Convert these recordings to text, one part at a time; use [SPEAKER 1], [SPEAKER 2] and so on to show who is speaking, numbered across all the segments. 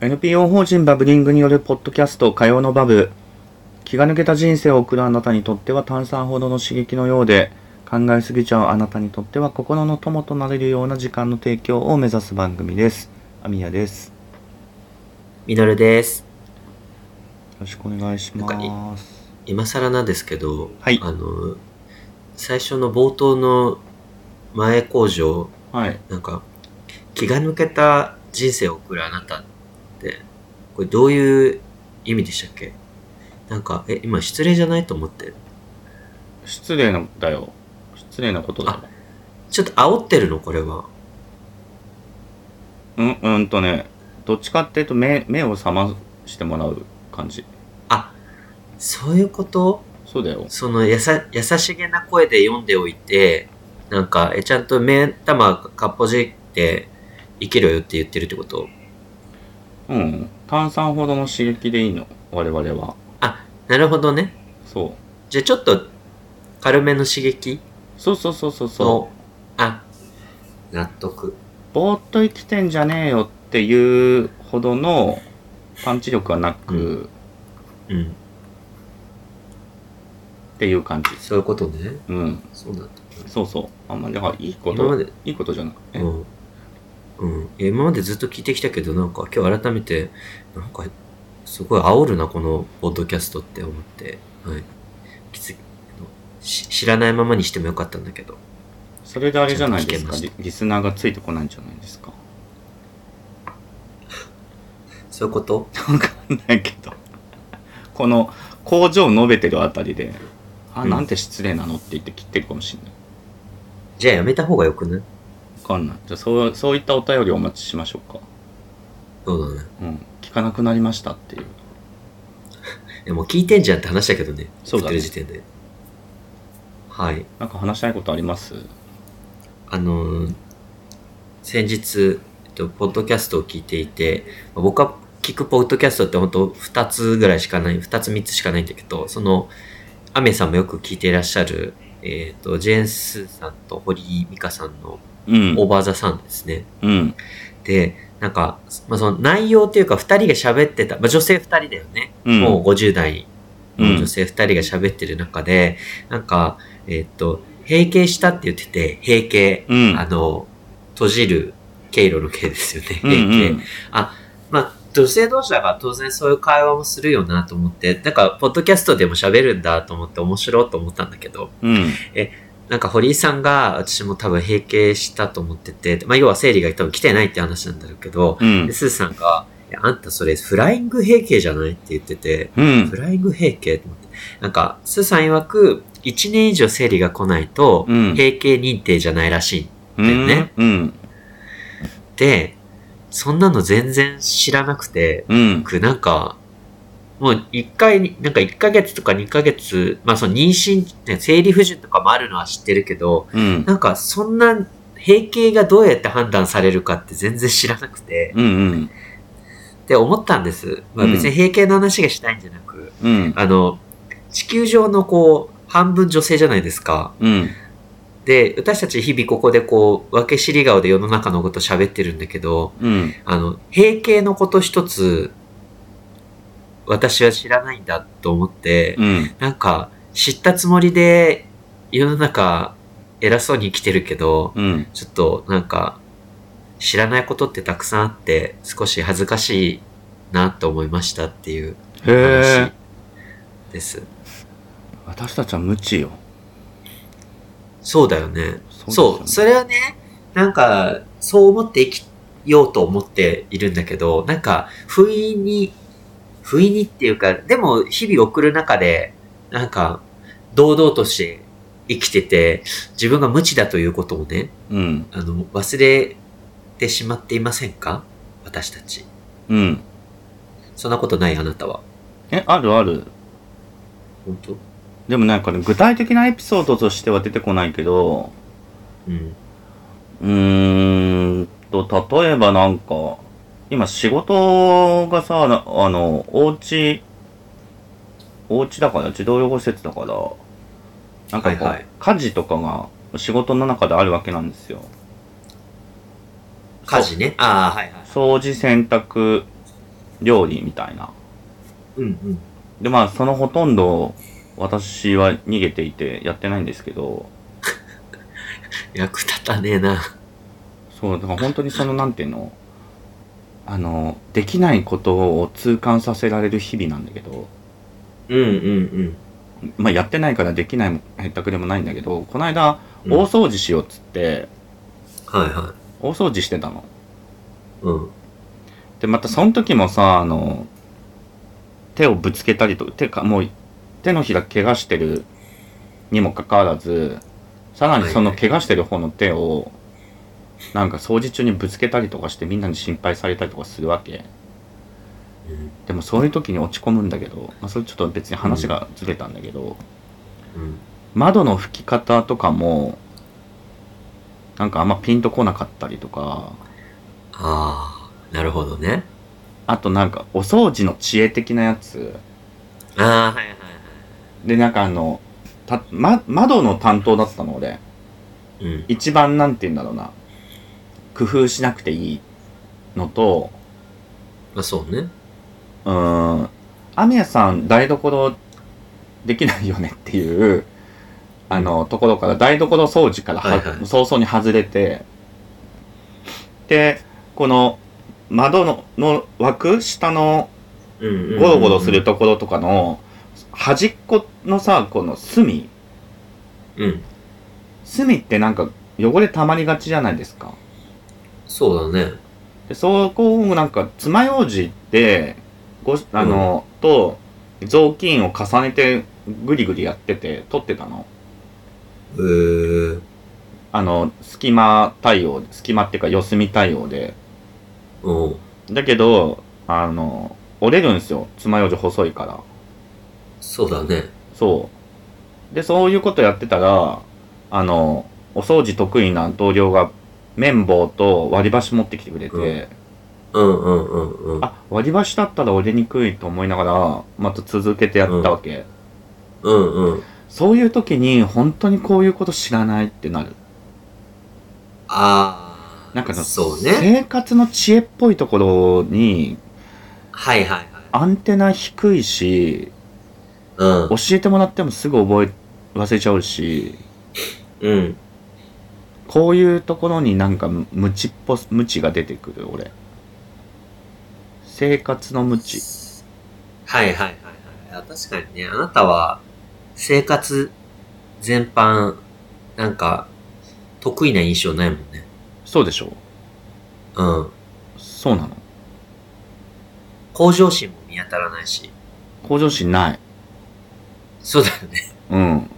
[SPEAKER 1] NPO 法人バブリングによるポッドキャスト火曜のバブ気が抜けた人生を送るあなたにとっては炭酸ほどの刺激のようで考えすぎちゃうあなたにとっては心の友となれるような時間の提供を目指す番組ですアミヤですよ
[SPEAKER 2] みのるです。
[SPEAKER 1] ろしくお願いし
[SPEAKER 2] な
[SPEAKER 1] ます
[SPEAKER 2] 今更なんですけど、
[SPEAKER 1] はい
[SPEAKER 2] あの、最初の冒頭の前工場、
[SPEAKER 1] はい
[SPEAKER 2] なんか、気が抜けた人生を送るあなたって、これどういう意味でしたっけなんか、え、今失礼じゃないと思って。
[SPEAKER 1] 失礼なんだよ失礼なことだよ
[SPEAKER 2] ちょっと煽ってるのこれは。
[SPEAKER 1] うんうんとねどっちかっていうと目目を覚ましてもらう感じ
[SPEAKER 2] あ、そういうこと
[SPEAKER 1] そうだよ
[SPEAKER 2] そのやさ優しげな声で読んでおいてなんかえちゃんと目玉かっぽじって生きろよって言ってるってこと
[SPEAKER 1] うん炭酸ほどの刺激でいいの我々は
[SPEAKER 2] なるほどね
[SPEAKER 1] そう
[SPEAKER 2] じゃあちょっと軽めの刺激
[SPEAKER 1] そうそうそうそうそう
[SPEAKER 2] のあ納得
[SPEAKER 1] ぼーっと生きてんじゃねえよっていうほどのパンチ力はなく
[SPEAKER 2] うん
[SPEAKER 1] っていう感じ。
[SPEAKER 2] そういうことね
[SPEAKER 1] うん。
[SPEAKER 2] そうなんだ
[SPEAKER 1] そうそう。あんまり、だからいいこ
[SPEAKER 2] 今ま
[SPEAKER 1] と、
[SPEAKER 2] で
[SPEAKER 1] いいことじゃなくて
[SPEAKER 2] う。ん、うん、いや今までずっと聞いてきたけどなんか今日改めてなんかすごい煽るなこのポッドキャストって思って、はい、きつあのし知らないままにしてもよかったんだけど
[SPEAKER 1] それであれじゃないですか
[SPEAKER 2] ちゃんと聞けま
[SPEAKER 1] リ。リスナーがついてこないんじゃないですか。
[SPEAKER 2] そういうこと
[SPEAKER 1] わかんないけど。 この工場を述べてるあたりで、あ、
[SPEAKER 2] うん
[SPEAKER 1] なんて失礼なのって言って切ってるかもしれない。
[SPEAKER 2] じゃあやめた方がよくない
[SPEAKER 1] わかんない。じゃあそう、そういったお便りをお待ちしましょうか。
[SPEAKER 2] そうだね
[SPEAKER 1] うん。聞かなくなりましたっていう。
[SPEAKER 2] いやもう聞いてんじゃんって話だけどね
[SPEAKER 1] そうだね
[SPEAKER 2] 作ってる時点ではい
[SPEAKER 1] なんか話したいことあります
[SPEAKER 2] あのー先日、えっと、ポッドキャストを聞いていて、まあ僕は聞くポッドキャストって本当2つぐらいしかない、2つ3つしかないんだけど、その、アメさんもよく聞いていらっしゃる、えっ、と、ジェーンスーさんと堀井美香さんの
[SPEAKER 1] うん
[SPEAKER 2] オ。ーバーザさんですね。
[SPEAKER 1] うん。
[SPEAKER 2] で、なんか、まあ、その内容っていうか2人が喋ってた、まあ、女性2人だよね。
[SPEAKER 1] うん
[SPEAKER 2] もう50代
[SPEAKER 1] う
[SPEAKER 2] の
[SPEAKER 1] ん
[SPEAKER 2] 女性2人が喋ってる中で、なんか、えっ、と、閉経したって言ってて、閉経。
[SPEAKER 1] うん。
[SPEAKER 2] あの、閉じる経路の経ですよね。
[SPEAKER 1] うんうん
[SPEAKER 2] 経まあ、女性同士だから当然そういう会話もするよなと思って、なんか、ポッドキャストでも喋るんだと思って面白いと思ったんだけど、
[SPEAKER 1] うん。
[SPEAKER 2] なんか堀井さんが私も多分閉経したと思ってて、まあ、要は生理が多分来てないって話なんだろうけど、
[SPEAKER 1] うん
[SPEAKER 2] で。スーさんが、いやあんたそれフライング閉経じゃないって言ってて、
[SPEAKER 1] うん
[SPEAKER 2] フ。ライング閉経と思って、なんか、スーさん曰く、1年以上生理が来ないと、
[SPEAKER 1] うん
[SPEAKER 2] 閉経認定じゃないらしい
[SPEAKER 1] うん。
[SPEAKER 2] ね
[SPEAKER 1] うん。
[SPEAKER 2] で、そんなの全然知らなくて、
[SPEAKER 1] うん。
[SPEAKER 2] 僕なんか、もう一回に、なんか1ヶ月とか2ヶ月、まあその妊娠、ね生理不順とかもあるのは知ってるけど、
[SPEAKER 1] うん。
[SPEAKER 2] なんかそんな、閉経がどうやって判断されるかって全然知らなくて、
[SPEAKER 1] うん。うん。
[SPEAKER 2] って思ったんです。まあ別に閉経の話がしたいんじゃなく、
[SPEAKER 1] うん。
[SPEAKER 2] あの、地球上のこう、半分女性じゃないですか。
[SPEAKER 1] うん。
[SPEAKER 2] で、私たち日々ここでこう、分け知り顔で世の中のこと喋ってるんだけど、
[SPEAKER 1] うん。
[SPEAKER 2] あの、閉経のこと一つ、私は知らないんだと思って、
[SPEAKER 1] うん。
[SPEAKER 2] なんか、知ったつもりで、世の中、偉そうに生きてるけど、
[SPEAKER 1] うん。
[SPEAKER 2] ちょっと、なんか、知らないことってたくさんあって、少し恥ずかしいなと思いましたっていう
[SPEAKER 1] へえ
[SPEAKER 2] 話。です。
[SPEAKER 1] 私たちは無知よ。
[SPEAKER 2] そうだよね。
[SPEAKER 1] そ
[SPEAKER 2] そうう,、
[SPEAKER 1] です
[SPEAKER 2] そ
[SPEAKER 1] よね
[SPEAKER 2] れはね、なんか、そう思って生きようと思っているんだけど、なんか、不意に、不意にっていうか、でも、日々送る中で、なんか、堂々として生きてて、自分が無知だということをね、
[SPEAKER 1] うん。
[SPEAKER 2] あの、忘れてしまっていませんか私たち。
[SPEAKER 1] うん。
[SPEAKER 2] そんなことないあなたは。
[SPEAKER 1] え、あるある。
[SPEAKER 2] 本当
[SPEAKER 1] でもなんかね、具体的なエピソードとしては出てこないけど、
[SPEAKER 2] うん。
[SPEAKER 1] うーんと、例えばなんか、今仕事がさ、なあの、お家、お家だから、児童養護施設だから、なんかこう、
[SPEAKER 2] はいはい
[SPEAKER 1] 家事とかが仕事の中であるわけなんですよ。
[SPEAKER 2] 家事ね。ああ、はいはい。
[SPEAKER 1] 掃除、洗濯、料理みたいな。
[SPEAKER 2] うんうん。
[SPEAKER 1] で、まあ、そのほとんどを私は逃げていてやってないんですけど、
[SPEAKER 2] 役立たねえな。
[SPEAKER 1] そう、だから本当にその、なんていうの、あの、できないことを痛感させられる日々なんだけど、
[SPEAKER 2] うんうん
[SPEAKER 1] まあ、やってないからできないも、へったくれもないんだけど、この間、
[SPEAKER 2] うん。
[SPEAKER 1] 大掃除しようっつって、
[SPEAKER 2] はいは
[SPEAKER 1] 大掃除してたの。
[SPEAKER 2] い。うん。
[SPEAKER 1] で、またその時もさ、あの、手をぶつけたりと、手か、もう、手のひら怪我してるにもかかわらず、さらにその怪我してる方の手を、なんか掃除中にぶつけたりとかしてみんなに心配されたりとかするわけ。
[SPEAKER 2] うん
[SPEAKER 1] でもそういう時に落ち込むんだけど、まあ、それちょっと別に話がずれたんだけど、
[SPEAKER 2] うん。
[SPEAKER 1] 窓の拭き方とかも、なんかあんまピンとこなかったりとか、
[SPEAKER 2] ああ、なるほどね。
[SPEAKER 1] あとなんかお掃除の知恵的なやつ、
[SPEAKER 2] ああ、はいはいは
[SPEAKER 1] でなんかあのた、ま、窓の担当だったの俺
[SPEAKER 2] い。うん。
[SPEAKER 1] 一番なんて言うんだろうな工夫しなくていいのと
[SPEAKER 2] まあそうね。
[SPEAKER 1] うーん雨宮さん台所できないよねっていうあのところから台所掃除からは
[SPEAKER 2] はいはい
[SPEAKER 1] 早々に外れてでこの窓のの枠下の
[SPEAKER 2] うんうんうんうん
[SPEAKER 1] ゴロゴロする。ところとかの端っこのさこの隅
[SPEAKER 2] うん。
[SPEAKER 1] 隅ってなんか汚れ溜まりがちじゃないですか。
[SPEAKER 2] そうだね。
[SPEAKER 1] で、そこをなんか爪楊枝って、ご、あの、と、雑巾を重ねてぐりぐりやってて、取ってたの。
[SPEAKER 2] えー。
[SPEAKER 1] あの、隙間対応、隙間っていうか四隅対応で。
[SPEAKER 2] おう
[SPEAKER 1] だけど、あの、折れるんですよ。爪楊枝細いから。
[SPEAKER 2] そうだね。
[SPEAKER 1] そう。で、そういうことやってたら、あの、お掃除得意な同僚が綿棒と割り箸持ってきてくれて、
[SPEAKER 2] うんうんうんうんうん。
[SPEAKER 1] あ割り箸だったら折れにくいと思いながらまた続けてやったわけ、
[SPEAKER 2] うんうん。
[SPEAKER 1] そういう時に本当にこういうこと知らないってなる
[SPEAKER 2] ああ。
[SPEAKER 1] なんかの
[SPEAKER 2] そうね。
[SPEAKER 1] 生活の知恵っぽいところに
[SPEAKER 2] はいはいはい。
[SPEAKER 1] アンテナ低いし
[SPEAKER 2] うん
[SPEAKER 1] 教。えてもらってもすぐ覚え忘れちゃうし
[SPEAKER 2] うん。
[SPEAKER 1] こういうところになんか無知っぽ無知が出てくる俺生活の無知
[SPEAKER 2] はいはいはいはいあ。確かにね、あなたは生活全般、なんか、得意な印象ないもんね。
[SPEAKER 1] そうでしょう
[SPEAKER 2] うん。
[SPEAKER 1] そうなの
[SPEAKER 2] 向上心も見当たらないし。
[SPEAKER 1] 向上心ない
[SPEAKER 2] そうだよね。
[SPEAKER 1] うん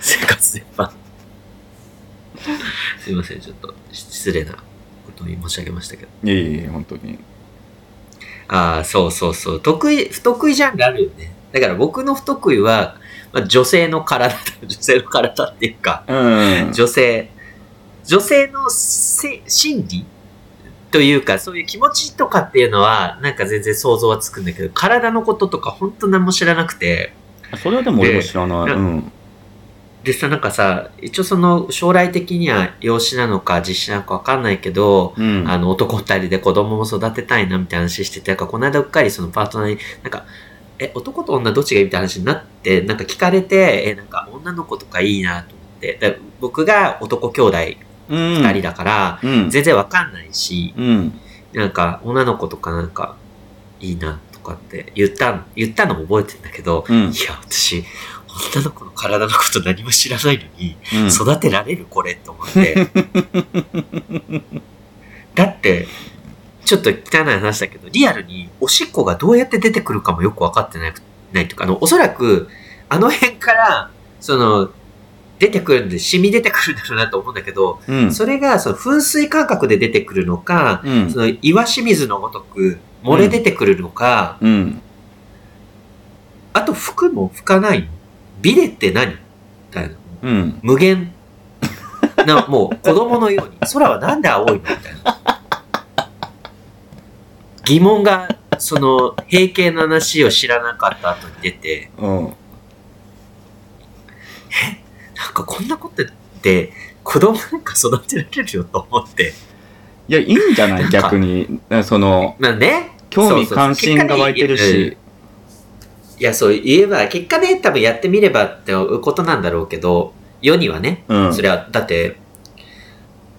[SPEAKER 2] 生活全般。すいません、ちょっと失礼なことに申し上げましたけど。
[SPEAKER 1] いえいえいえ本当に
[SPEAKER 2] ああ、そうそうそう。得意、不得意ジャンルあるよね。だから僕の不得意は、まあ、女性の体、 女性の体っていうか、
[SPEAKER 1] うん
[SPEAKER 2] 女性、女性のせ心理というか、そういう気持ちとかっていうのは、なんか全然想像はつくんだけど、体のこととか本当何も知らなくて、
[SPEAKER 1] それはでも俺も知らない。
[SPEAKER 2] で
[SPEAKER 1] うん。
[SPEAKER 2] でさ、なんかさ、一応その将来的には養子なのか実子なのかわかんないけど、
[SPEAKER 1] うん。
[SPEAKER 2] あの男二人で子供も育てたいなみたいな話してて、なんかこの間うっかりそのパートナーに、なんか、え、男と女どっちがいいみたいな話になって、なんか聞かれて、え、なんか女の子とかいいなと思って、で僕が男兄弟
[SPEAKER 1] うん、
[SPEAKER 2] 二人だから、
[SPEAKER 1] うん。
[SPEAKER 2] 全然わかんないし、
[SPEAKER 1] うん。
[SPEAKER 2] なんか女の子とかなんかいいなとかって言った、言ったのも覚えてんだけど、
[SPEAKER 1] うん
[SPEAKER 2] い。や、私、女の子の体のこと何も知らないのに、育てられるこれって 思って。だって、ちょっと汚い話だけど、リアルにおしっこがどうやって出てくるかもよく分かってない、ないというか、あの、おそらく、あの辺から、その、出てくるんで、染み出てくるんだろうなと思うんだけど、
[SPEAKER 1] うん。
[SPEAKER 2] それがその噴水感覚で出てくるのか、
[SPEAKER 1] うん
[SPEAKER 2] そ。の岩清水のごとく漏れ出てくるのか、
[SPEAKER 1] うん。
[SPEAKER 2] あと服も拭かないのビレって何みたいな。
[SPEAKER 1] うん。
[SPEAKER 2] 無限な、もう子供のように、空はなんで青いのみたいな。疑問が、その、平景の話を知らなかった後に出て、
[SPEAKER 1] うん。
[SPEAKER 2] なんかこんなことって、子供なんか育てられるよと思って、
[SPEAKER 1] いや、いいんじゃない逆に。その、
[SPEAKER 2] まあね。
[SPEAKER 1] 興
[SPEAKER 2] そう
[SPEAKER 1] 味
[SPEAKER 2] そう
[SPEAKER 1] 関心が湧いてる。
[SPEAKER 2] 結果ね
[SPEAKER 1] し、
[SPEAKER 2] いや、そう言えば、結果ね、多分やってみればってことなんだろうけど、世にはね、
[SPEAKER 1] うん
[SPEAKER 2] それは、だって、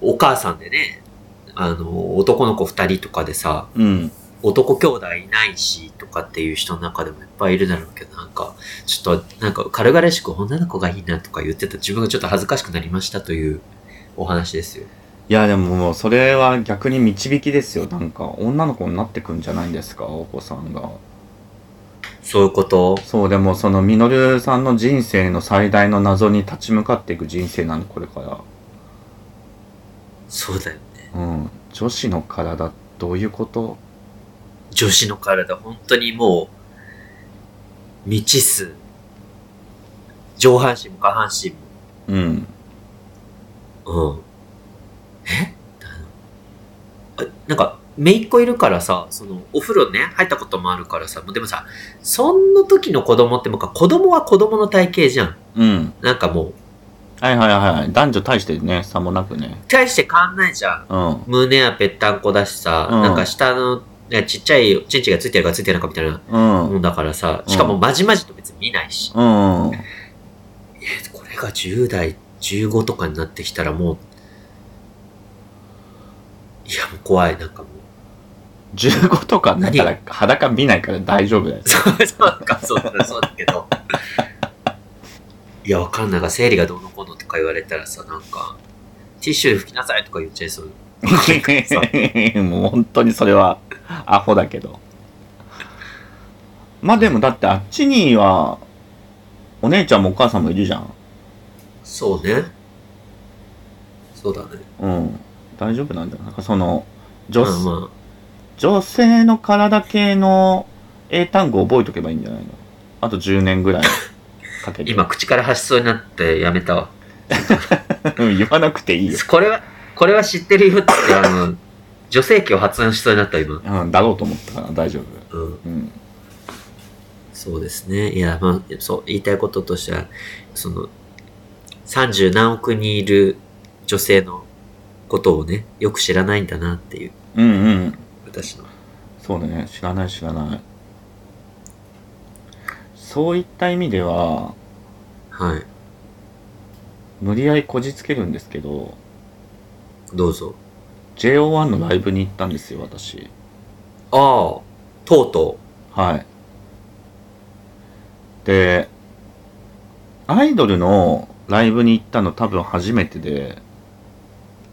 [SPEAKER 2] お母さんでね、あの、男の子二人とかでさ、
[SPEAKER 1] うん。
[SPEAKER 2] 男兄弟いないし、とかっていう人の中でもいっぱいいるだろうけど、なんか、ちょっと、なんか軽々しく女の子がいいなとか言ってた自分がちょっと恥ずかしくなりましたというお話ですよ。
[SPEAKER 1] いや、でももう、それは逆に導きですよ。なんか、女の子になってくんじゃないんですか、お子さんが。
[SPEAKER 2] そういうこと
[SPEAKER 1] そう、でも、その、みのるさんの人生の最大の謎に立ち向かっていく人生なの、これから。
[SPEAKER 2] そうだよね。
[SPEAKER 1] うん。女子の体、どういうこと
[SPEAKER 2] 女子の体、本当にもう、未知数。上半身も下半身
[SPEAKER 1] うん。
[SPEAKER 2] も。うん。えあのあなんか、めいっ子いるからさ、その、お風呂ね、入ったこともあるからさ、もうでもさ、そんな時の子供って、なんか子供は子供の体型じゃん。
[SPEAKER 1] うん。
[SPEAKER 2] なんかもう、
[SPEAKER 1] はいはいはい。男女対してね、差もなくね。
[SPEAKER 2] 大して変わんないじゃん。
[SPEAKER 1] うん。
[SPEAKER 2] 胸はぺったんこだしさ、
[SPEAKER 1] うん
[SPEAKER 2] なんか下の、ねちっちゃいチンチンがついてるかついてないかみたいな
[SPEAKER 1] うん。う
[SPEAKER 2] もん
[SPEAKER 1] ん。
[SPEAKER 2] だからさ、しかもまじまじと別に見ないし。
[SPEAKER 1] うん。
[SPEAKER 2] えこれが10代15とかになってきたらもういやもう怖いなんかもう
[SPEAKER 1] 15とかになったら裸見ないから大丈夫だよ。
[SPEAKER 2] そうそうかそうだそうだけどいやわかんないが生理がどうのこうのとか言われたらさなんかティッシュ拭きなさいとか言っちゃいそう
[SPEAKER 1] もう本当にそれはアホだけど。まあでもだってあっちにはお姉ちゃんもお母さんもいるじゃん。
[SPEAKER 2] そうねそうだね
[SPEAKER 1] うん。大丈夫なんじゃないなんかその
[SPEAKER 2] ま
[SPEAKER 1] 女,、
[SPEAKER 2] あま
[SPEAKER 1] 女性の体系の英単語覚えとけばいいんじゃないのあと10年ぐらいか
[SPEAKER 2] あ
[SPEAKER 1] けて。
[SPEAKER 2] 今口から発しそうになってやめたわ
[SPEAKER 1] うん言わなくていいよ。
[SPEAKER 2] これはこれは知ってるよってあの女性器を発音しそうになった今
[SPEAKER 1] うん、だろうと思ったから大丈夫。
[SPEAKER 2] うん
[SPEAKER 1] うん。
[SPEAKER 2] そうですね。いや、まあ、そう、言いたいこととしては、その、30何億人いる女性のことをね、よく知らないんだなっていう、
[SPEAKER 1] うんうん。
[SPEAKER 2] 私の。
[SPEAKER 1] そうだね知らない知らないそういった意味では
[SPEAKER 2] はい。
[SPEAKER 1] 無理やりこじつけるんですけど
[SPEAKER 2] どうぞ。
[SPEAKER 1] JO1 のライブに行ったんですよ私
[SPEAKER 2] ああ、とうと
[SPEAKER 1] はいでアイドルのライブに行ったの多分初めてで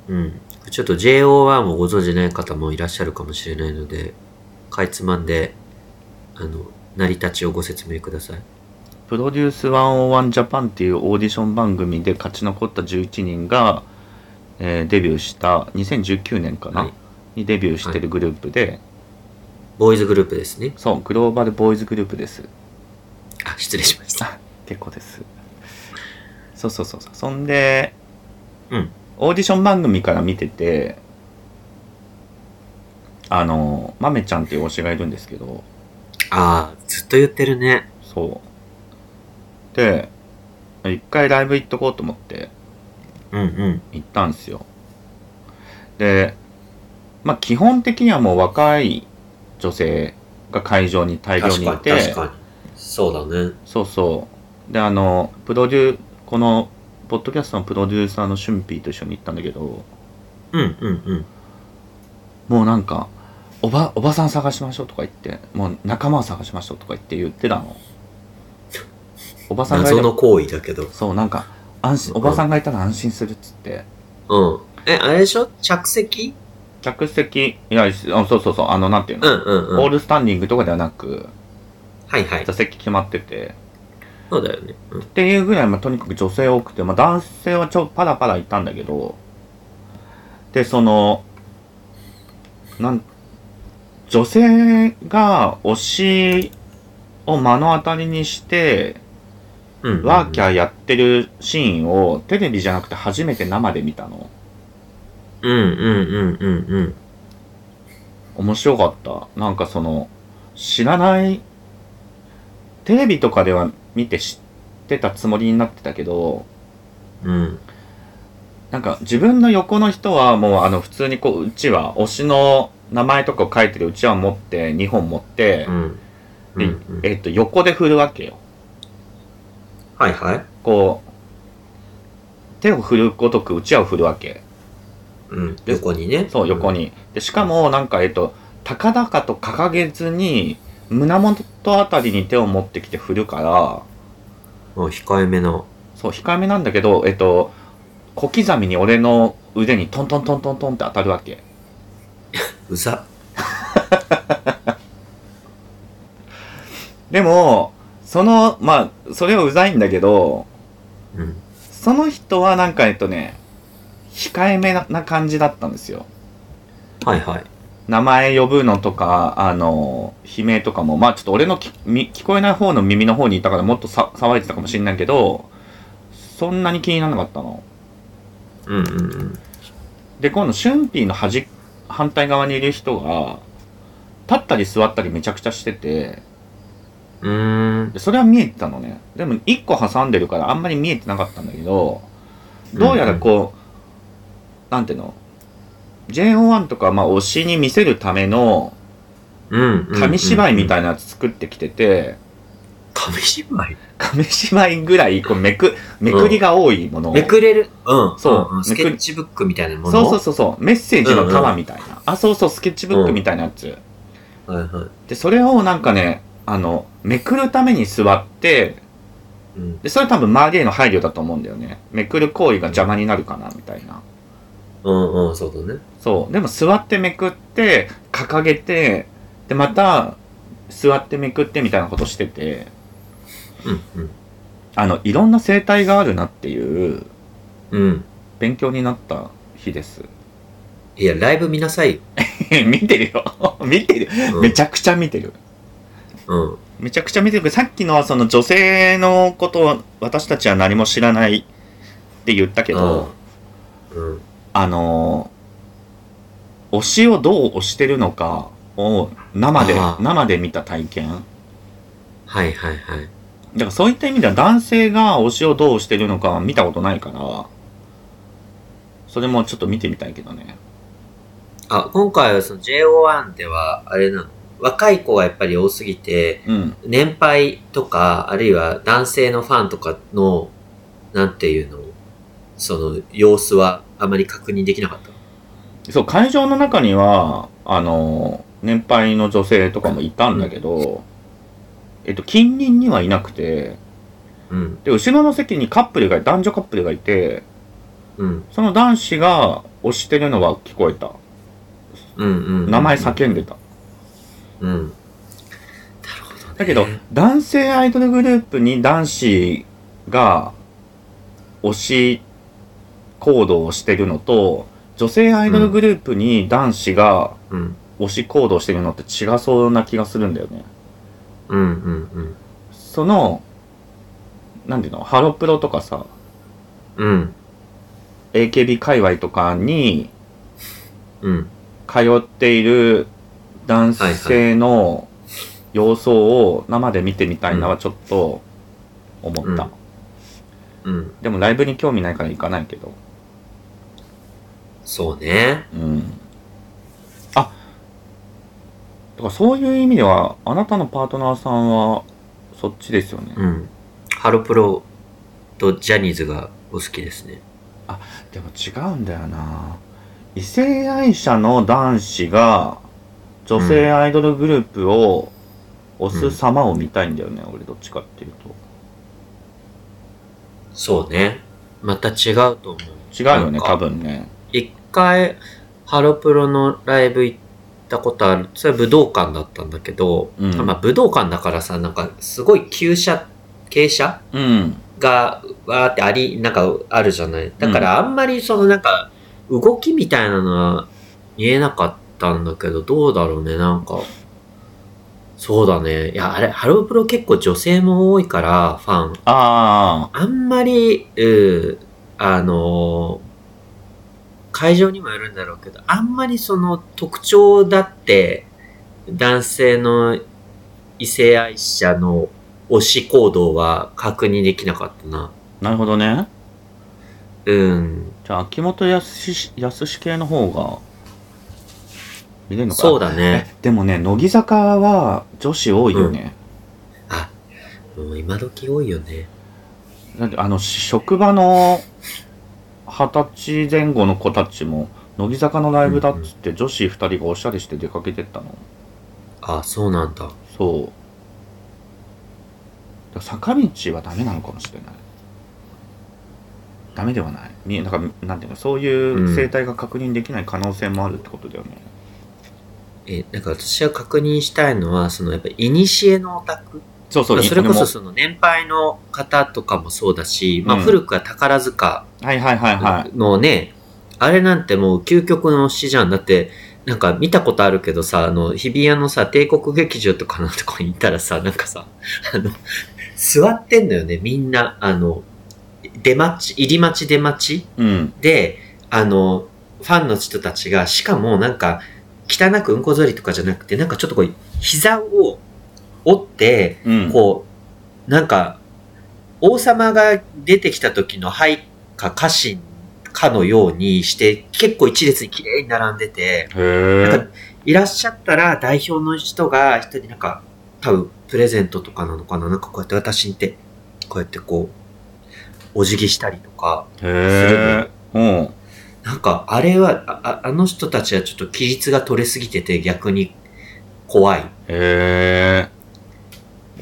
[SPEAKER 2] う。うん。ちょっと JO1 もご存じない方もいらっしゃるかもしれないので、かいつまんで、あの、成り立ちをご説明ください。
[SPEAKER 1] プロデュース101ジャパンっていうオーディション番組で勝ち残った11人が、えーデビューした2019年かな、
[SPEAKER 2] はい
[SPEAKER 1] にデビューしてるグループで、
[SPEAKER 2] ボーイズグループですね。
[SPEAKER 1] そうグローバルボーイズグループです
[SPEAKER 2] あ、失礼しました。
[SPEAKER 1] 結構ですそうそうそうそうそんで、
[SPEAKER 2] うん
[SPEAKER 1] オーディション番組から見ててあのまめちゃんっていう推しがいるんですけど
[SPEAKER 2] ああ、ずっと言ってるね。
[SPEAKER 1] そうで一回ライブ行っとこうと思って
[SPEAKER 2] うんうん。
[SPEAKER 1] 行ったんですよでまあ基本的にはもう若い女性が会場に大量にいて
[SPEAKER 2] 確かに確かにそうだね
[SPEAKER 1] そうそう。で、あの、プロデュこの、ポッドキャストのプロデューサーのシュンピーと一緒に行ったんだけど、
[SPEAKER 2] うんうんうん
[SPEAKER 1] もうなんか、おば、おばさん探しましょうとか言って、もう仲間を探しましょうとか言って言ってたの。おばさんがい
[SPEAKER 2] 謎
[SPEAKER 1] た
[SPEAKER 2] の行為だけど
[SPEAKER 1] そう、なんか、安心、おばさんがいたら安心するっつって。
[SPEAKER 2] うんえあれでしょ着席
[SPEAKER 1] 客席、いや、あそうそうそう、あの、なんていう
[SPEAKER 2] う
[SPEAKER 1] の、
[SPEAKER 2] んうん
[SPEAKER 1] オ
[SPEAKER 2] う
[SPEAKER 1] ー
[SPEAKER 2] ん
[SPEAKER 1] ルスタンディングとかではなく、
[SPEAKER 2] はいはい
[SPEAKER 1] 座席決まってて、
[SPEAKER 2] そうだよねうん
[SPEAKER 1] っていうぐらい、まあ、とにかく女性多くて、まあ、男性はちょパラパラいたんだけどでそのなん女性が推しを目の当たりにして
[SPEAKER 2] うんうんうん
[SPEAKER 1] ワーキャーやってるシーンをテレビじゃなくて初めて生で見たの
[SPEAKER 2] うんうんうんうんうん
[SPEAKER 1] 面白かったなんかその知らないテレビとかでは見て知ってたつもりになってたけど
[SPEAKER 2] うん
[SPEAKER 1] なんか自分の横の人はもうあの普通にこううちは推しの名前とかを書いてるうちは持って2本持って
[SPEAKER 2] う、ん。うん
[SPEAKER 1] で
[SPEAKER 2] うん
[SPEAKER 1] えっと横で振るわけよ
[SPEAKER 2] はいはい。
[SPEAKER 1] こう手を振るごとくうちわを振るわけ
[SPEAKER 2] うん。
[SPEAKER 1] で
[SPEAKER 2] 横にね。
[SPEAKER 1] そう横にでしかもなんかえっと高々と掲げずに胸元あたりに手を持ってきて振るから
[SPEAKER 2] うん。もう控えめの。
[SPEAKER 1] そう控えめなんだけどえっと小刻みに俺の腕にトントントントントンって当たるわけ
[SPEAKER 2] うざ。
[SPEAKER 1] でもそのまあそれはうざいんだけど
[SPEAKER 2] うん。
[SPEAKER 1] その人はなんかえっとね控えめなな感じだったんですよ
[SPEAKER 2] はいはい。
[SPEAKER 1] 名前呼ぶのとか、あの、悲鳴とかも、まあちょっと俺のきみ聞こえない方の耳の方にいたからもっとさ騒いでたかもしれないけど、そんなに気にならなかったの。
[SPEAKER 2] うんうんうん。
[SPEAKER 1] で、今度、春ーの端、反対側にいる人が、立ったり座ったりめちゃくちゃしてて、
[SPEAKER 2] うーん。
[SPEAKER 1] でそれは見えてたのね。でも、一個挟んでるからあんまり見えてなかったんだけど、どうやらこう、なんていうの ?JO1 とか、まあ推しに見せるための、
[SPEAKER 2] うん。
[SPEAKER 1] 紙芝居みた
[SPEAKER 2] い。
[SPEAKER 1] いなやつ作ってきてて、
[SPEAKER 2] 紙芝居
[SPEAKER 1] 紙芝居ぐらいこうめくめくりが多いもの、
[SPEAKER 2] めくれる。うん。
[SPEAKER 1] そう
[SPEAKER 2] うんん
[SPEAKER 1] め
[SPEAKER 2] ス
[SPEAKER 1] く
[SPEAKER 2] ケッチブックみたいなもの。
[SPEAKER 1] そうそうそうそうメッセージの束みたいな、あそうそうスケッチブックみたいなやつ、
[SPEAKER 2] う。はいはい。
[SPEAKER 1] でそれをなんかねあのめくるために座って
[SPEAKER 2] うん。
[SPEAKER 1] でそれ多分周りへの配慮だと思うんだよねめくる行為が邪魔になるかなみたいな
[SPEAKER 2] うんうん、そうだね。
[SPEAKER 1] そうでも座ってめくって掲げてでまた座ってめくってみたいなことしてて
[SPEAKER 2] うんうん。
[SPEAKER 1] あのいろんな生態があるなっていう
[SPEAKER 2] うん。
[SPEAKER 1] 勉強になった日です
[SPEAKER 2] いや、ライブ見なさいよ。
[SPEAKER 1] 見てるよ 見てる
[SPEAKER 2] うん
[SPEAKER 1] めちゃくちゃ見てる
[SPEAKER 2] うん。
[SPEAKER 1] めちゃくちゃ見てるけどさっきのはその女性のことを私たちは何も知らないって言ったけど
[SPEAKER 2] うん。うん。
[SPEAKER 1] あのー推しをどう推してるのかを生で
[SPEAKER 2] あー
[SPEAKER 1] 生で見た体験
[SPEAKER 2] はいはいはい。
[SPEAKER 1] だからそういった意味では男性が推しをどう推してるのかは見たことないからそれもちょっと見てみたいけどね
[SPEAKER 2] あ、今回はその JO1 では、あれなの。若い子がやっぱり多すぎて、
[SPEAKER 1] うん
[SPEAKER 2] 年配とか、あるいは男性のファンとかの、なんていうの、その、様子はあまり確認できなかった。
[SPEAKER 1] そう会場の中にはあの年配の女性とかもいたんだけど、えっと近隣にはいなくて
[SPEAKER 2] うん。
[SPEAKER 1] で後ろの席にカップルが男女カップルがいて
[SPEAKER 2] うん。
[SPEAKER 1] その男子が推してるのは聞こえた
[SPEAKER 2] うんうん。
[SPEAKER 1] 名前叫んでた、
[SPEAKER 2] うん。なるほど、ね。
[SPEAKER 1] だけど男性アイドルグループに男子が推し行動をしてるのと女性アイドルグループに男子が
[SPEAKER 2] うん。
[SPEAKER 1] 推し行動してるのって違そうな気がするんだよね
[SPEAKER 2] うんうんうん。
[SPEAKER 1] その、なんていうの、ハロプロとかさ、
[SPEAKER 2] うん。
[SPEAKER 1] AKB 界隈とかに
[SPEAKER 2] うん。
[SPEAKER 1] 通っている男性の様相を生で見てみたいなはちょっと思った。
[SPEAKER 2] うんうん。
[SPEAKER 1] でもライブに興味ないから行かないけど。
[SPEAKER 2] そうね。
[SPEAKER 1] うん。あ、だからそういう意味では、あなたのパートナーさんはそっちですよね。
[SPEAKER 2] うん。ハロプロとジャニーズがお好きですね。
[SPEAKER 1] でも違うんだよな異性愛者の男子が女性アイドルグループを推す様を見たいんだよね、俺どっちかっていう
[SPEAKER 2] そうね。また違うと思う。
[SPEAKER 1] と違うよ
[SPEAKER 2] な
[SPEAKER 1] ね
[SPEAKER 2] んか
[SPEAKER 1] 多分ね
[SPEAKER 2] 一回、ハロプロのライブ行ったことある。それは武道館だったんだけど、
[SPEAKER 1] うん
[SPEAKER 2] まあ武道館だからさ、なんかすごい急車、傾斜
[SPEAKER 1] うん
[SPEAKER 2] がわーってあり、なんかあるじゃない。だからあんまりそのなんか動きみたいなのは見えなかったんだけど、どうだろうね、なんか。そうだね。いや、あれ、ハロプロ結構女性も多いから、ファン。
[SPEAKER 1] ああ
[SPEAKER 2] あんまり、うんあのー会場にもよるんだろうけど、あんまりその特徴だって、男性の異性愛者の推し行動は確認できなかったな。
[SPEAKER 1] なるほどね
[SPEAKER 2] うん。
[SPEAKER 1] じゃあ、秋元康康系の方が、見れるのかな
[SPEAKER 2] そうだね。
[SPEAKER 1] えでもね、乃木坂は女子多いよね。
[SPEAKER 2] あ、もう今時多いよね。
[SPEAKER 1] なんで、あの、職場の二十歳前後の子たちも、乃木坂のライブだっつって、女子二人がおしゃれして出かけてったの。
[SPEAKER 2] あ、そうなんだ。
[SPEAKER 1] そう。だから坂道はダメなのかもしれない。ダメではない。みなんかなんていうの、そういう生態が確認できない可能性もあるってことだよね。
[SPEAKER 2] え、なんか私は確認したいのは、そのやっぱり、いにしえのオタク。
[SPEAKER 1] そうそ
[SPEAKER 2] ま
[SPEAKER 1] う、
[SPEAKER 2] あそれこ
[SPEAKER 1] 俺
[SPEAKER 2] そ
[SPEAKER 1] も
[SPEAKER 2] その年配の方とかもそうだし、まあ
[SPEAKER 1] うん
[SPEAKER 2] 古くは宝塚
[SPEAKER 1] はいはいはいはい。
[SPEAKER 2] のね、あれなんてもう究極の推しじゃん。だって、なんか見たことあるけどさ、あの、日比谷のさ、帝国劇場とかのとこに行ったらさ、なんかさ、あの、座ってんのよね、みんな。あの、出待ち、入り待ち出待ち
[SPEAKER 1] うん。
[SPEAKER 2] で、あの、ファンの人たちが、しかもなんか、汚くうんこぞりとかじゃなくて、なんかちょっとこう、膝を折って、
[SPEAKER 1] うん。
[SPEAKER 2] こう、なんか、王様が出てきた時の配下家臣かのようにして、結構一列に綺麗に並んでて、
[SPEAKER 1] へえ。
[SPEAKER 2] なんかいらっしゃったら代表の人が、人になんか、多分プレゼントとかなのかな、なんかこうやって私にって、こうやってこう、お辞儀したりとか、
[SPEAKER 1] へえ。うん。
[SPEAKER 2] なんか、あれは、あああの人たちはちょっと規律が取れすぎてて逆に怖い。
[SPEAKER 1] へえ。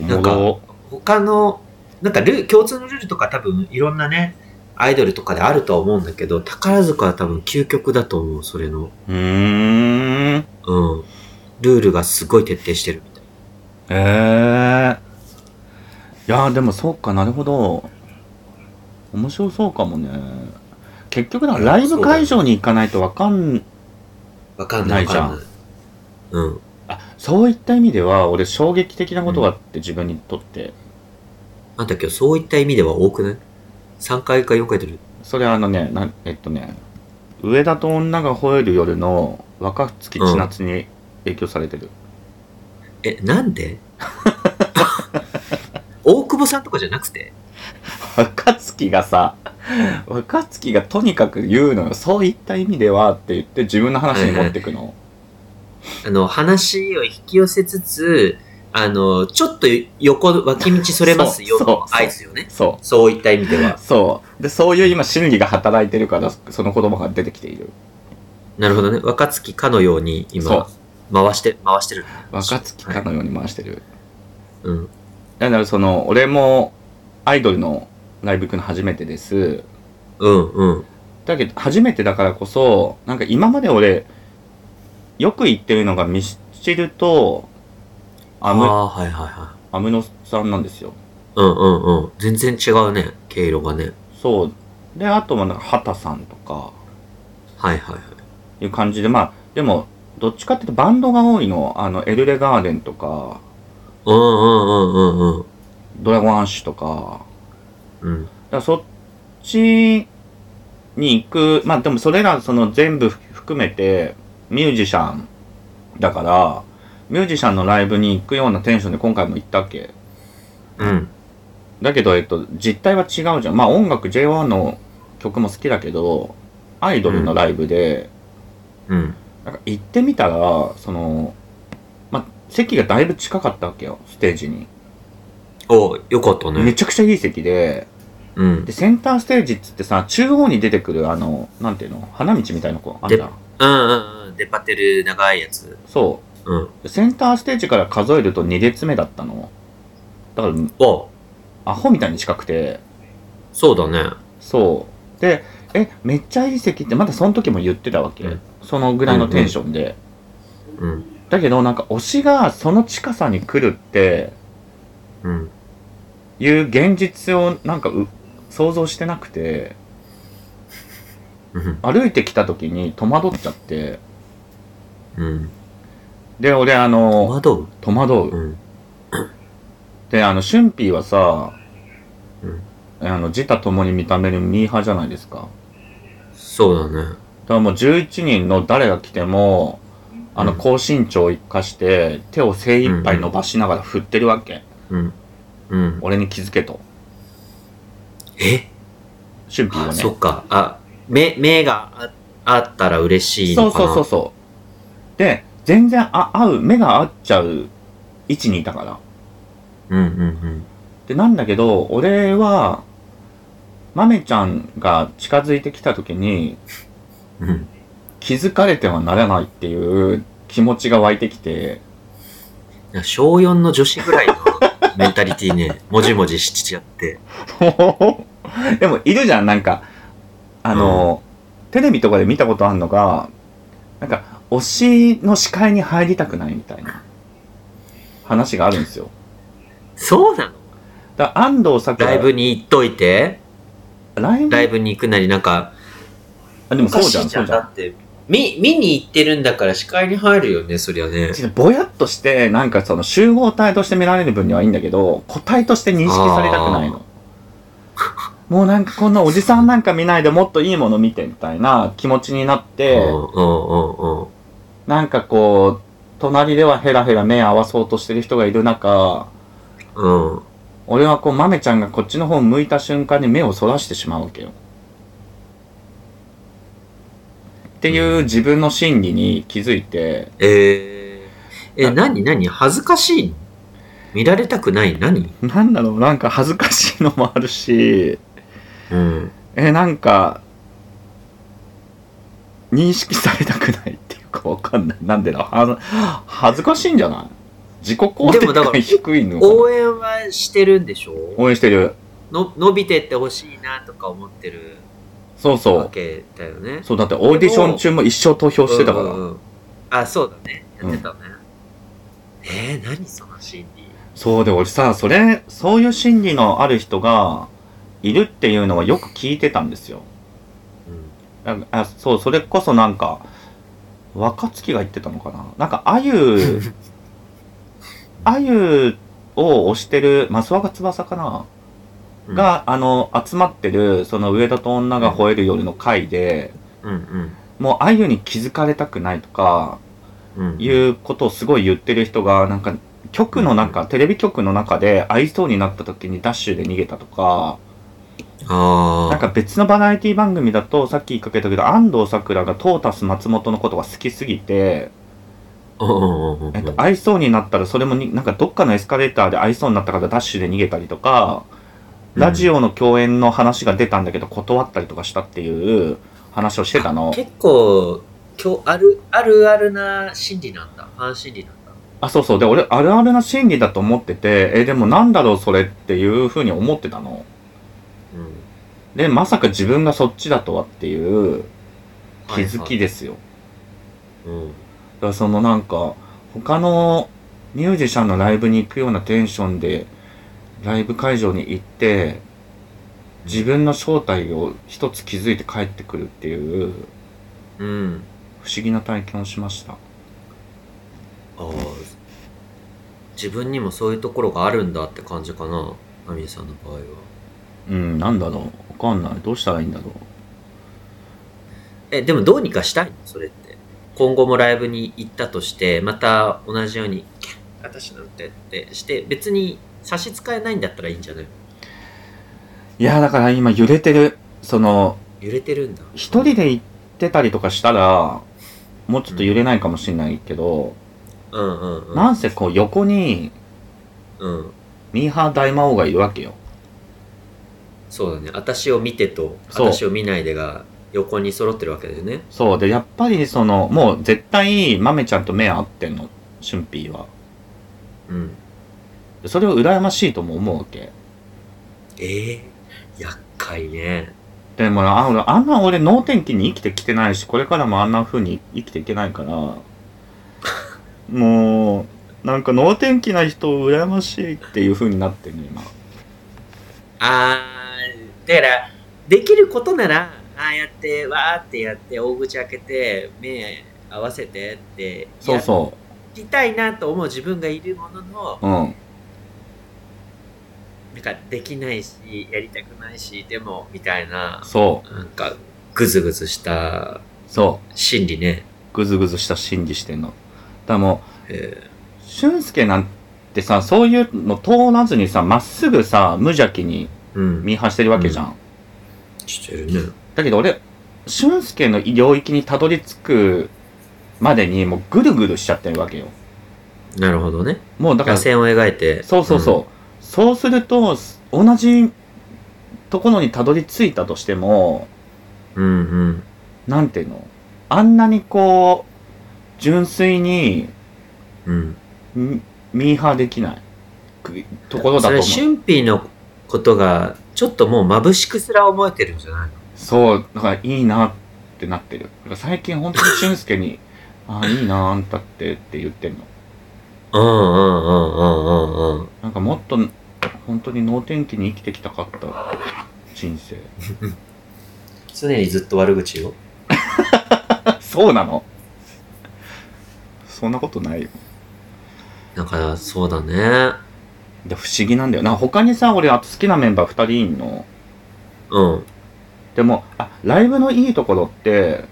[SPEAKER 1] お
[SPEAKER 2] な
[SPEAKER 1] も
[SPEAKER 2] んか
[SPEAKER 1] ろ。
[SPEAKER 2] 他の、なんかルー共通のルールとか多分いろんなね、アイドルとかであるとは思うんだけど、宝塚は多分究極だと思う、それの。
[SPEAKER 1] うーん。へ
[SPEAKER 2] うん。ルールがすごい徹底してるみたい。
[SPEAKER 1] え。いやーでもそうかなるほど。面白そうかもね。結局だからライブ会場に行かないとわかん
[SPEAKER 2] わかんない
[SPEAKER 1] ないじゃん
[SPEAKER 2] わかんないうん。
[SPEAKER 1] あそういった意味では俺衝撃的なことがあって自分にとって、
[SPEAKER 2] なんだっけ、そういった意味では多くない ?3 回か4回出る。
[SPEAKER 1] それはあのねなんえっとね「上田と女が吠える夜」の若槻千夏に影響されてる、
[SPEAKER 2] え、な んで大久保さんとかじゃなくて
[SPEAKER 1] 若槻がさ若槻がとにかく言うのよそういった意味ではって言って自分の話に持ってくの、
[SPEAKER 2] あの、話を引き寄せつつ、あの、ちょっと横、脇道それますよ
[SPEAKER 1] そう
[SPEAKER 2] の
[SPEAKER 1] そう
[SPEAKER 2] 合図よね。
[SPEAKER 1] そ
[SPEAKER 2] そういった意味で
[SPEAKER 1] う
[SPEAKER 2] は。
[SPEAKER 1] そうでそういう今心理が働いてるからその言葉が出てきている
[SPEAKER 2] なるほどね。若月かのように今、回して、回してる。
[SPEAKER 1] 若槻かのように回してる、
[SPEAKER 2] うん。
[SPEAKER 1] だからその俺もアイドルのライブ行くの初めてです
[SPEAKER 2] うん、うん。
[SPEAKER 1] だけど初めてだからこそなんか今まで俺よく言ってるのがミスチルと
[SPEAKER 2] あ
[SPEAKER 1] アム
[SPEAKER 2] あ、はいはいはい。
[SPEAKER 1] アムノさんなんですよ
[SPEAKER 2] うんうんうん。全然違うね。毛色がね。
[SPEAKER 1] そうであとはなんか畑さんとか
[SPEAKER 2] はいはいはい。
[SPEAKER 1] いう感じでまあでもどっちかっていうとバンドが多いのあのエルレガーデンとか
[SPEAKER 2] うんうんうんうんうん。
[SPEAKER 1] ドラゴンアッシュとか
[SPEAKER 2] うん。
[SPEAKER 1] だからそっちに行くまあでもそれらその全部含めてミュージシャンだからミュージシャンのライブに行くようなテンションで今回も行ったわけ
[SPEAKER 2] うん。
[SPEAKER 1] だけど、えっと、実態は違うじゃんまあ音楽 J1 の曲も好きだけどアイドルのライブで、
[SPEAKER 2] うん。
[SPEAKER 1] なんか行ってみたらその、まあ、席がだいぶ近かったわけよステージに、
[SPEAKER 2] お、よかった
[SPEAKER 1] め
[SPEAKER 2] ね。
[SPEAKER 1] ちゃくちゃいい席で
[SPEAKER 2] うん
[SPEAKER 1] で。センターステージっつってさ中央に出てくるあのなんていうの花道みたいな子あんじゃん
[SPEAKER 2] うんうんうん。出っ張ってる長いやつ。
[SPEAKER 1] そ
[SPEAKER 2] うん。
[SPEAKER 1] う。センターステージから数えると2列目だったの。だから、
[SPEAKER 2] お、
[SPEAKER 1] アホみたいに近くて、
[SPEAKER 2] そうだね。
[SPEAKER 1] そう。で、え、めっちゃいい席って、まだその時も言ってたわけ。
[SPEAKER 2] うん
[SPEAKER 1] そのぐらいのテンションで。
[SPEAKER 2] うん。
[SPEAKER 1] だけど、なんか推しがその近さに来るって
[SPEAKER 2] うん。
[SPEAKER 1] いう現実をなんかう想像してなくて、
[SPEAKER 2] うん。
[SPEAKER 1] 歩いてきた時に戸惑っちゃって、
[SPEAKER 2] うん。
[SPEAKER 1] で、俺、あの、
[SPEAKER 2] 戸惑う
[SPEAKER 1] 戸惑う。
[SPEAKER 2] ん。
[SPEAKER 1] で、あの、シュンピーはさ、
[SPEAKER 2] うん
[SPEAKER 1] あの、自他共に認めるミーハーじゃないですか。
[SPEAKER 2] そうだね。
[SPEAKER 1] だからもう11人の誰が来ても、あの
[SPEAKER 2] うん
[SPEAKER 1] 高身長を生かして手を精一杯伸ばしながら振ってるわけ。
[SPEAKER 2] うん。うん。
[SPEAKER 1] 俺に気づけと。
[SPEAKER 2] え
[SPEAKER 1] 俊敏
[SPEAKER 2] あ、
[SPEAKER 1] は
[SPEAKER 2] そ
[SPEAKER 1] ね。
[SPEAKER 2] っか。あ、目、目がああったら嬉しい
[SPEAKER 1] そ
[SPEAKER 2] の
[SPEAKER 1] う
[SPEAKER 2] かな。
[SPEAKER 1] そうそうそう。で、全然あ合う、目が合っちゃう位置にいたから。
[SPEAKER 2] う。うんうん
[SPEAKER 1] で、なんだけど、俺は、マメちゃんが近づいてきた時に
[SPEAKER 2] うん。うん。
[SPEAKER 1] 気づかれてはならないっていう気持ちが湧いてき て、
[SPEAKER 2] なんか小4の女子ぐらいのメンタリテ ィね、もじもじしちゃって。
[SPEAKER 1] でもいるじゃん、なんか、あの、テレビとかで見たことあるのが、なんか、推しの視界に入りたくないみたいな話があるんですよ。
[SPEAKER 2] そうなの
[SPEAKER 1] だから安藤さくら
[SPEAKER 2] ライブに行っといて、
[SPEAKER 1] ライブ
[SPEAKER 2] ライブに行くなりなんか、
[SPEAKER 1] あ、で
[SPEAKER 2] お
[SPEAKER 1] もそ
[SPEAKER 2] か
[SPEAKER 1] う
[SPEAKER 2] し
[SPEAKER 1] じゃ
[SPEAKER 2] い
[SPEAKER 1] ん、
[SPEAKER 2] じ
[SPEAKER 1] そ
[SPEAKER 2] ゃ。
[SPEAKER 1] うんじゃ
[SPEAKER 2] だ
[SPEAKER 1] ん。
[SPEAKER 2] って、見、見に行ってるんだから視界に入るよね、そりゃね。
[SPEAKER 1] ぼやっとして、なんかその集合体として見られる分にはいいんだけど、個体として認識されたくないの。もうなんかこんなおじさんなんか見ないでもっといいもの見てみたいな気持ちになっ
[SPEAKER 2] うん
[SPEAKER 1] て、
[SPEAKER 2] うんうんうん。
[SPEAKER 1] なんかこう、隣ではヘラヘラ目合わそうとしてる人がいる中、
[SPEAKER 2] うん。
[SPEAKER 1] 俺はこう、マメちゃんがこっちの方向いた瞬間に目をそらしてしまうわけよ。っていう自分の心理に気づいて、
[SPEAKER 2] えー、え、
[SPEAKER 1] あ
[SPEAKER 2] なになに恥ずかしいの見られたくない何
[SPEAKER 1] なんだろう、なんか恥ずかしいのもあるし、
[SPEAKER 2] うん。
[SPEAKER 1] え、なんか、認識されたくないっていうかわかんない。なんでだあの恥ずかしいんじゃない自己肯
[SPEAKER 2] で
[SPEAKER 1] 定
[SPEAKER 2] もだから
[SPEAKER 1] 感低いのかな
[SPEAKER 2] 応援はしてるんでしょ
[SPEAKER 1] 応援してる。
[SPEAKER 2] の伸びてってほしいなとか思ってる
[SPEAKER 1] そうそ
[SPEAKER 2] わ
[SPEAKER 1] う。
[SPEAKER 2] けだよね。
[SPEAKER 1] そう、だってオーディション中も一生投票してたか
[SPEAKER 2] う
[SPEAKER 1] ら。
[SPEAKER 2] んうんあ、そうだね。やってたね。えー、何その心理
[SPEAKER 1] そうで、俺さ、それ、そういう心理のある人がいるっていうのはよく聞いてたんですよ。なんかあそう、それこそなんか、若月が言ってたのかななんか、あ ゆ、あゆを推してる、マスワガ翼かな、
[SPEAKER 2] うん、
[SPEAKER 1] が、あの、集まってる、その、上田と女が吠える夜の会で、
[SPEAKER 2] うんうん
[SPEAKER 1] もう、あゆに気づかれたくないとか、
[SPEAKER 2] うん、
[SPEAKER 1] いうことをすごい言ってる人が、なんか、局の中、テレビ局の中で会いそうになった時にダッシュで逃げたとか、
[SPEAKER 2] ああ。
[SPEAKER 1] なんか別のバラエティ番組だと、さっき言いかけたけど、安藤サクラがトータス松本のことが好きすぎて、
[SPEAKER 2] うんうんうんうん、
[SPEAKER 1] えっと、会いそうになったら、それもに、なんかどっかのエスカレーターで会いそうになったからダッシュで逃げたりとか、ラジオの共演の話が出たんだけど断ったりとかしたっていう話をしてたの。
[SPEAKER 2] 結構、今日ある、あるあるな心理なんだ。ファン心理なんだ。
[SPEAKER 1] あ、そうそう。で、俺、あるあるな心理だと思ってて、え、でもなんだろうそれっていうふうに思ってたの。
[SPEAKER 2] うん。
[SPEAKER 1] で、まさか自分がそっちだとはっていう気づきですよ。
[SPEAKER 2] うん。
[SPEAKER 1] だからそのなんか他のミュージシャンのライブに行くようなテンションでライブ会場に行って自分の正体を一つ気づいて帰ってくるっていう
[SPEAKER 2] うん。
[SPEAKER 1] 不思議な体験をしました
[SPEAKER 2] ああ。自分にもそういうところがあるんだって感じかな。アミンさんの場合は。
[SPEAKER 1] うんなんだろうわかんないどうしたらいいんだろう
[SPEAKER 2] え、でもどうにかしたいのそれって。今後もライブに行ったとして、また同じように、キャッ私なんてってして、別に差し支えないんだったらいいんじゃない
[SPEAKER 1] いやだから今揺れてるその
[SPEAKER 2] 揺れてるんだ。
[SPEAKER 1] 一人で行ってたりとかしたらもうちょっと揺れないかもしれないけど、
[SPEAKER 2] うんうんうん。
[SPEAKER 1] なんせこう横に
[SPEAKER 2] うん。
[SPEAKER 1] ミーハー大魔王がいるわけよ
[SPEAKER 2] そうだね。私を見てと、
[SPEAKER 1] そう
[SPEAKER 2] 私を見ないでが横に揃ってるわけだよね。
[SPEAKER 1] そうでやっぱりそのもう絶対マメちゃんと目合ってんのシュンピーは
[SPEAKER 2] うん。
[SPEAKER 1] それを羨ましいとも思うわけ
[SPEAKER 2] ええ厄介ね。
[SPEAKER 1] でもあ俺あんな俺能天気に生きてきてないしこれからもあんな風に生きていけないからもうなんか能天気な人を羨ましいっていう風になってるの今
[SPEAKER 2] あー、だから、できることなら、ああやって、わーってやって、大口開けて、目合わせてって、
[SPEAKER 1] そうそ
[SPEAKER 2] やりたいなと思う自分がいるものの、
[SPEAKER 1] ううん
[SPEAKER 2] なんかできないし、やりたくないし、でも、みたいな、
[SPEAKER 1] そう
[SPEAKER 2] なんか、ぐずぐずした
[SPEAKER 1] そう
[SPEAKER 2] 心理ね。
[SPEAKER 1] グズグズした心理してんのだからも
[SPEAKER 2] え
[SPEAKER 1] う俊介なんてさそういうの通らずにさまっすぐさ無邪気に
[SPEAKER 2] ーうん。
[SPEAKER 1] 見張してるわけじゃん
[SPEAKER 2] してるね。
[SPEAKER 1] だけど俺、俊介の領域にたどり着くまでにもうぐるぐるしちゃってるわけよ
[SPEAKER 2] なるほどね。
[SPEAKER 1] もうだか
[SPEAKER 2] 螺
[SPEAKER 1] ら
[SPEAKER 2] 旋を描いて。
[SPEAKER 1] そうそうそう、そうすると同じところにたどり着いたとしても
[SPEAKER 2] うん。うんうん。
[SPEAKER 1] なんていうのあんなにこう純粋に
[SPEAKER 2] うん。
[SPEAKER 1] ミミーハーできないくところだ
[SPEAKER 2] そ
[SPEAKER 1] と
[SPEAKER 2] れ、
[SPEAKER 1] 思う
[SPEAKER 2] 俊敏のことが、ちょっともう眩しくすら思えてるんじゃないの
[SPEAKER 1] そうだからいいなってなってるだから最近本当に俊介に「ああいいなあんたって」って言ってんの
[SPEAKER 2] うんうんうんうんうんうん。
[SPEAKER 1] なんかもっと本当に能天気に生きてきたかった人生
[SPEAKER 2] 常にずっと悪口よ。
[SPEAKER 1] そうなのそんなことないよ
[SPEAKER 2] だから、そうだね。
[SPEAKER 1] で不思議なんだよな他にさ俺あと好きなメンバー2人いんの
[SPEAKER 2] うん。
[SPEAKER 1] でもあライブのいいところって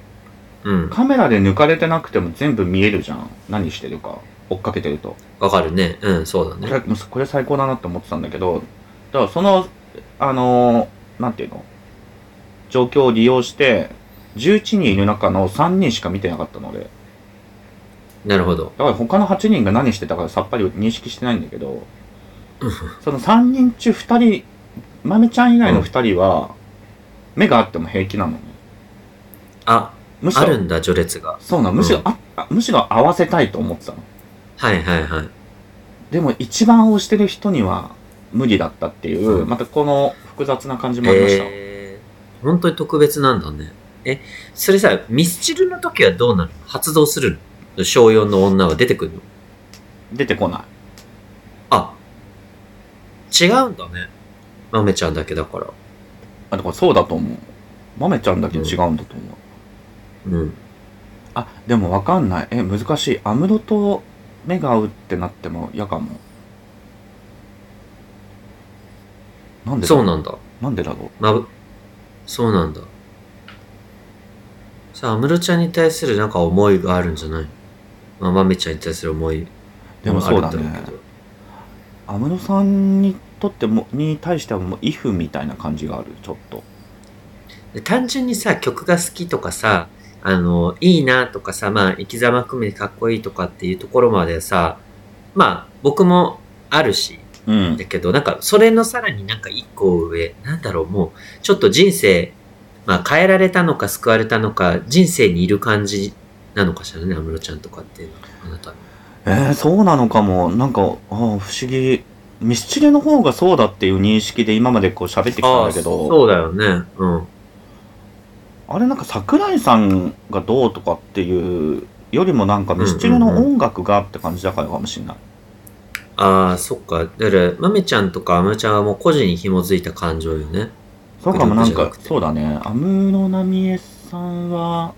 [SPEAKER 2] うん。
[SPEAKER 1] カメラで抜かれてなくても全部見えるじゃん何してるか追っかけてると
[SPEAKER 2] わかるね。うん、そうだ
[SPEAKER 1] こ
[SPEAKER 2] ね。
[SPEAKER 1] れもうこれ最高だなって思ってたんだけどだからそのあのーなんていうの状況を利用して11人いる中の3人しか見てなかったので
[SPEAKER 2] なるほど。
[SPEAKER 1] だから他の8人が何してたかさっぱり認識してないんだけど、その3人中2人、まめちゃん以外の2人は、目があっても平気なのね。
[SPEAKER 2] あ、
[SPEAKER 1] むし
[SPEAKER 2] あ
[SPEAKER 1] ろ
[SPEAKER 2] る、んだ、序列が。
[SPEAKER 1] そうなの、むしろ、
[SPEAKER 2] うん
[SPEAKER 1] ああむしろ合わせたいと思ってたの。
[SPEAKER 2] はいはいはい。
[SPEAKER 1] でも一番推してる人には無理だったっていう、
[SPEAKER 2] うん
[SPEAKER 1] またこの複雑な感じもありました。
[SPEAKER 2] えー、本当に特別なんだね。え、それさ、ミスチルの時はどうなるの発動するの小4の女は出てくるの
[SPEAKER 1] 出てこない。
[SPEAKER 2] あ、違うんだね。まめちゃんだけだから。
[SPEAKER 1] あ、だからそうだと思う。まめちゃんだけ違うんだと思う。
[SPEAKER 2] うん。
[SPEAKER 1] あ、でもわかんない。え、難しい。アムロと目が合うってなっても嫌かも。なんでだ
[SPEAKER 2] そうなんだ。
[SPEAKER 1] なんでだろう。
[SPEAKER 2] まぶ、そうなんだ。さあ、安室ちゃんに対するなんか思いがあるんじゃないまあ、まめちゃんに対する思い
[SPEAKER 1] でも
[SPEAKER 2] ある
[SPEAKER 1] そうんだ
[SPEAKER 2] ろ
[SPEAKER 1] ね
[SPEAKER 2] け。ど。
[SPEAKER 1] アムロさんにとっても、に対してはもう、イフみたいな感じがある、ちょっと。
[SPEAKER 2] で単純にさ曲が好きとかさあのいいなとかさまあ生き様含めてかっこいいとかっていうところまでさまあ僕もあるし
[SPEAKER 1] うん。
[SPEAKER 2] だけどなんかそれのさらになんか一個上なんだろうもうちょっと人生、まあ、変えられたのか救われたのか人生にいる感じなのかしらね安室ちゃんとかっていうのはあなたの
[SPEAKER 1] えー、そうなのかも。なんか、ああ、不思議。ミスチルの方がそうだっていう認識で今までこう喋ってきたんだけど、
[SPEAKER 2] そうだよねうん
[SPEAKER 1] あれなんか桜井さんがどうとかっていうよりもなんかミスチルの音楽がって感じだからかもしれない。
[SPEAKER 2] ああそっかだからまめちゃんとか安室ちゃんはもう個人に紐づいた感情よね
[SPEAKER 1] そうかもなん
[SPEAKER 2] グル
[SPEAKER 1] か
[SPEAKER 2] ープじゃなく、て
[SPEAKER 1] そうだね。安室奈美恵さんは、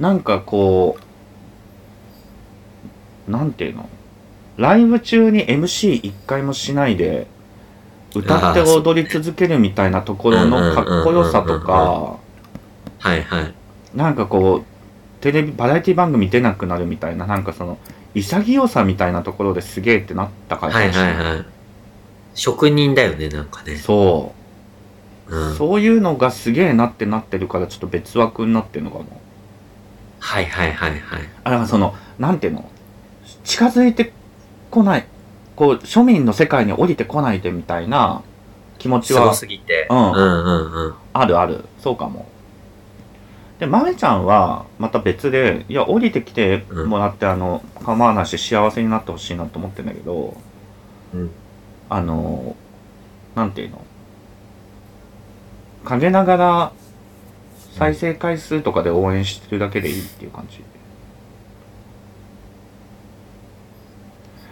[SPEAKER 1] なんかこう、なんていうのライブ中に MC 一回もしないで、歌って
[SPEAKER 2] あーそう
[SPEAKER 1] 踊り続けるみたいなところのかっこよさと
[SPEAKER 2] うんうんうん
[SPEAKER 1] か、
[SPEAKER 2] はいはい
[SPEAKER 1] なんかこう、テレビ、バラエティ番組出なくなるみたいな、なんかその、潔さみたいなところですげえってなったから
[SPEAKER 2] はいはいはい。職人だよね、なんかね。
[SPEAKER 1] そう。
[SPEAKER 2] うん。
[SPEAKER 1] そういうのがすげえなってなってるからちょっと別枠になってるのかも。
[SPEAKER 2] はいはいはいはい。
[SPEAKER 1] あ、だからその、なんていうの近づいてこない。こう、庶民の世界に降りてこないでみたいな気持ち
[SPEAKER 2] すご
[SPEAKER 1] は
[SPEAKER 2] すぎて。
[SPEAKER 1] う
[SPEAKER 2] うんんうんうん。
[SPEAKER 1] あるある。そうかも。で、まめちゃんはまた別で、いや、降りてきてもらって、あの、構わないし幸せになってほしいなと思ってるんだけど、
[SPEAKER 2] うん
[SPEAKER 1] あの、なんていうの陰ながら再生回数とかで応援してるだけでいいっていう感じ。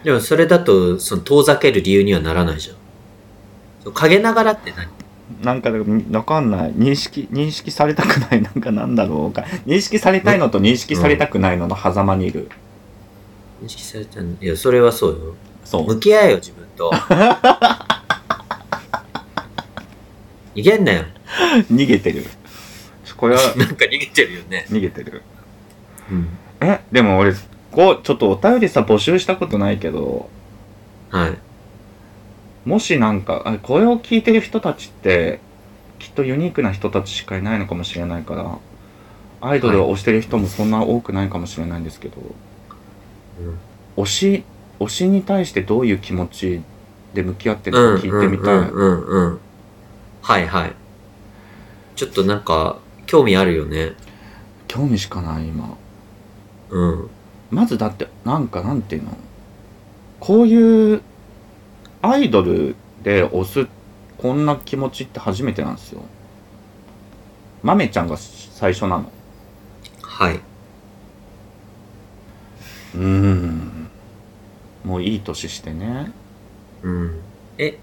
[SPEAKER 2] でもそれだと、その遠ざける理由にはならないじゃんそう。陰ながらって何
[SPEAKER 1] なんか、わかんない。認識、認識されたくない。なんかなんだろうか。認識されたいのと認識されたくないのの狭間にいる。
[SPEAKER 2] 認識されたのいや、それはそうよ。
[SPEAKER 1] そう。
[SPEAKER 2] 向き合えよ、自分 と。逃げんなよ。
[SPEAKER 1] 逃げてる。これは、
[SPEAKER 2] なんか逃げてるよね。
[SPEAKER 1] 逃げてる。
[SPEAKER 2] うん。
[SPEAKER 1] え、でも俺、こう、ちょっとお便りさ、募集したことないけど、
[SPEAKER 2] はい。
[SPEAKER 1] もしなんか、あこれを聞いてる人たちって、きっとユニークな人たちしかいないのかもしれないからアイドルを推してる人もそんな多くないかもしれないんですけど、
[SPEAKER 2] うん
[SPEAKER 1] 推し推しに対してどういう気持ちで向き合ってるのか聞いてみたい、
[SPEAKER 2] うんうんうんうんうんはいはいちょっとなんか興味あるよね
[SPEAKER 1] 興味しかない今
[SPEAKER 2] うん
[SPEAKER 1] まずだってなんかなんていうのこういうアイドルで押すこんな気持ちって初めてなんですよマメちゃんが最初なの
[SPEAKER 2] はい、
[SPEAKER 1] うーんもういい年してね
[SPEAKER 2] うん、え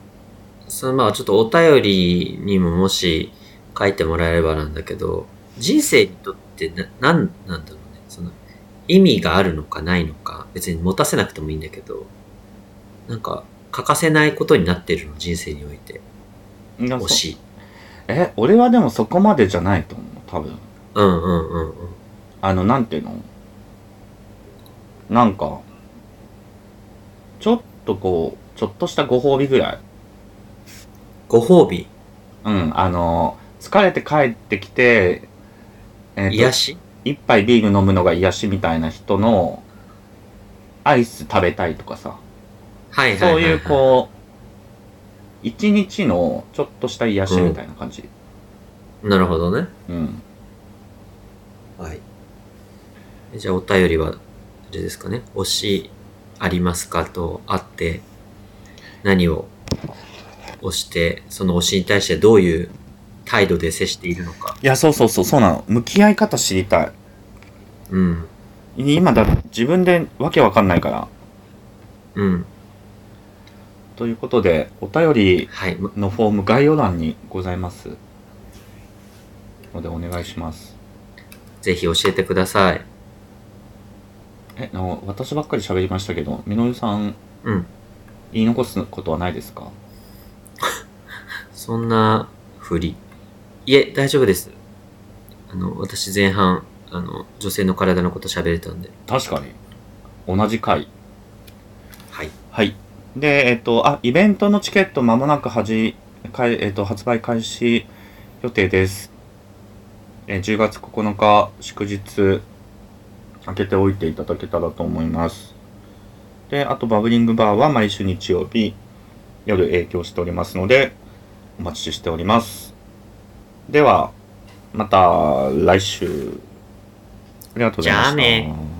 [SPEAKER 2] そのまあちょっとお便りにももし書いてもらえればなんだけど人生にとってななんなんだろうねその意味があるのかないのか別に持たせなくてもいいんだけどなんか欠かせないことになってるの人生において
[SPEAKER 1] いやそ
[SPEAKER 2] 推し
[SPEAKER 1] え俺はでもそこまでじゃないと思う多分
[SPEAKER 2] うんうんうんうん
[SPEAKER 1] あの、なんていうのなんか、ちょっとこう、ちょっとしたご褒美ぐらい。
[SPEAKER 2] ご褒美
[SPEAKER 1] うん、あの、疲れて帰ってきて、えっと
[SPEAKER 2] 癒し
[SPEAKER 1] 一杯ビール飲むのが癒しみたいな人の、アイス食べたいとかさ、
[SPEAKER 2] はいはい
[SPEAKER 1] そ
[SPEAKER 2] は
[SPEAKER 1] う
[SPEAKER 2] い、
[SPEAKER 1] い
[SPEAKER 2] は
[SPEAKER 1] うこう、一日のちょっとした癒しみたいな感じ。
[SPEAKER 2] なるほどね
[SPEAKER 1] うん。
[SPEAKER 2] はい。じゃあ、お便りは、あれですかね。推しありますかとあって、何を推して、その推しに対してどういう態度で接しているのか。
[SPEAKER 1] いや、そうそうそう、そうなの。向き合い方知りたい。
[SPEAKER 2] うん。
[SPEAKER 1] 今だ、自分でわけわかんないから。
[SPEAKER 2] うん。
[SPEAKER 1] ということで、お便り
[SPEAKER 2] はい。ま
[SPEAKER 1] のフォーム概要欄にございますのでお願いします。
[SPEAKER 2] ぜひ教えてください。
[SPEAKER 1] え、あの私ばっかり喋りましたけど、みのりさん
[SPEAKER 2] うん。
[SPEAKER 1] 言い残すことはないですか
[SPEAKER 2] そんなふり。いえ、大丈夫です。あの、私前半、あの、女性の体のこと喋れたんで。
[SPEAKER 1] 確かに。同じ回。
[SPEAKER 2] はい。
[SPEAKER 1] はい。で、えっと、あ、イベントのチケットまもなくはじ、かえっと、発売開始予定です。え、10月9日祝日、開けておいていただけたらと思います。で、あと、バブリングバーは毎週日曜日、夜営業しておりますので、お待ちしております。では、また来週。ありがとうございました。
[SPEAKER 2] じゃあね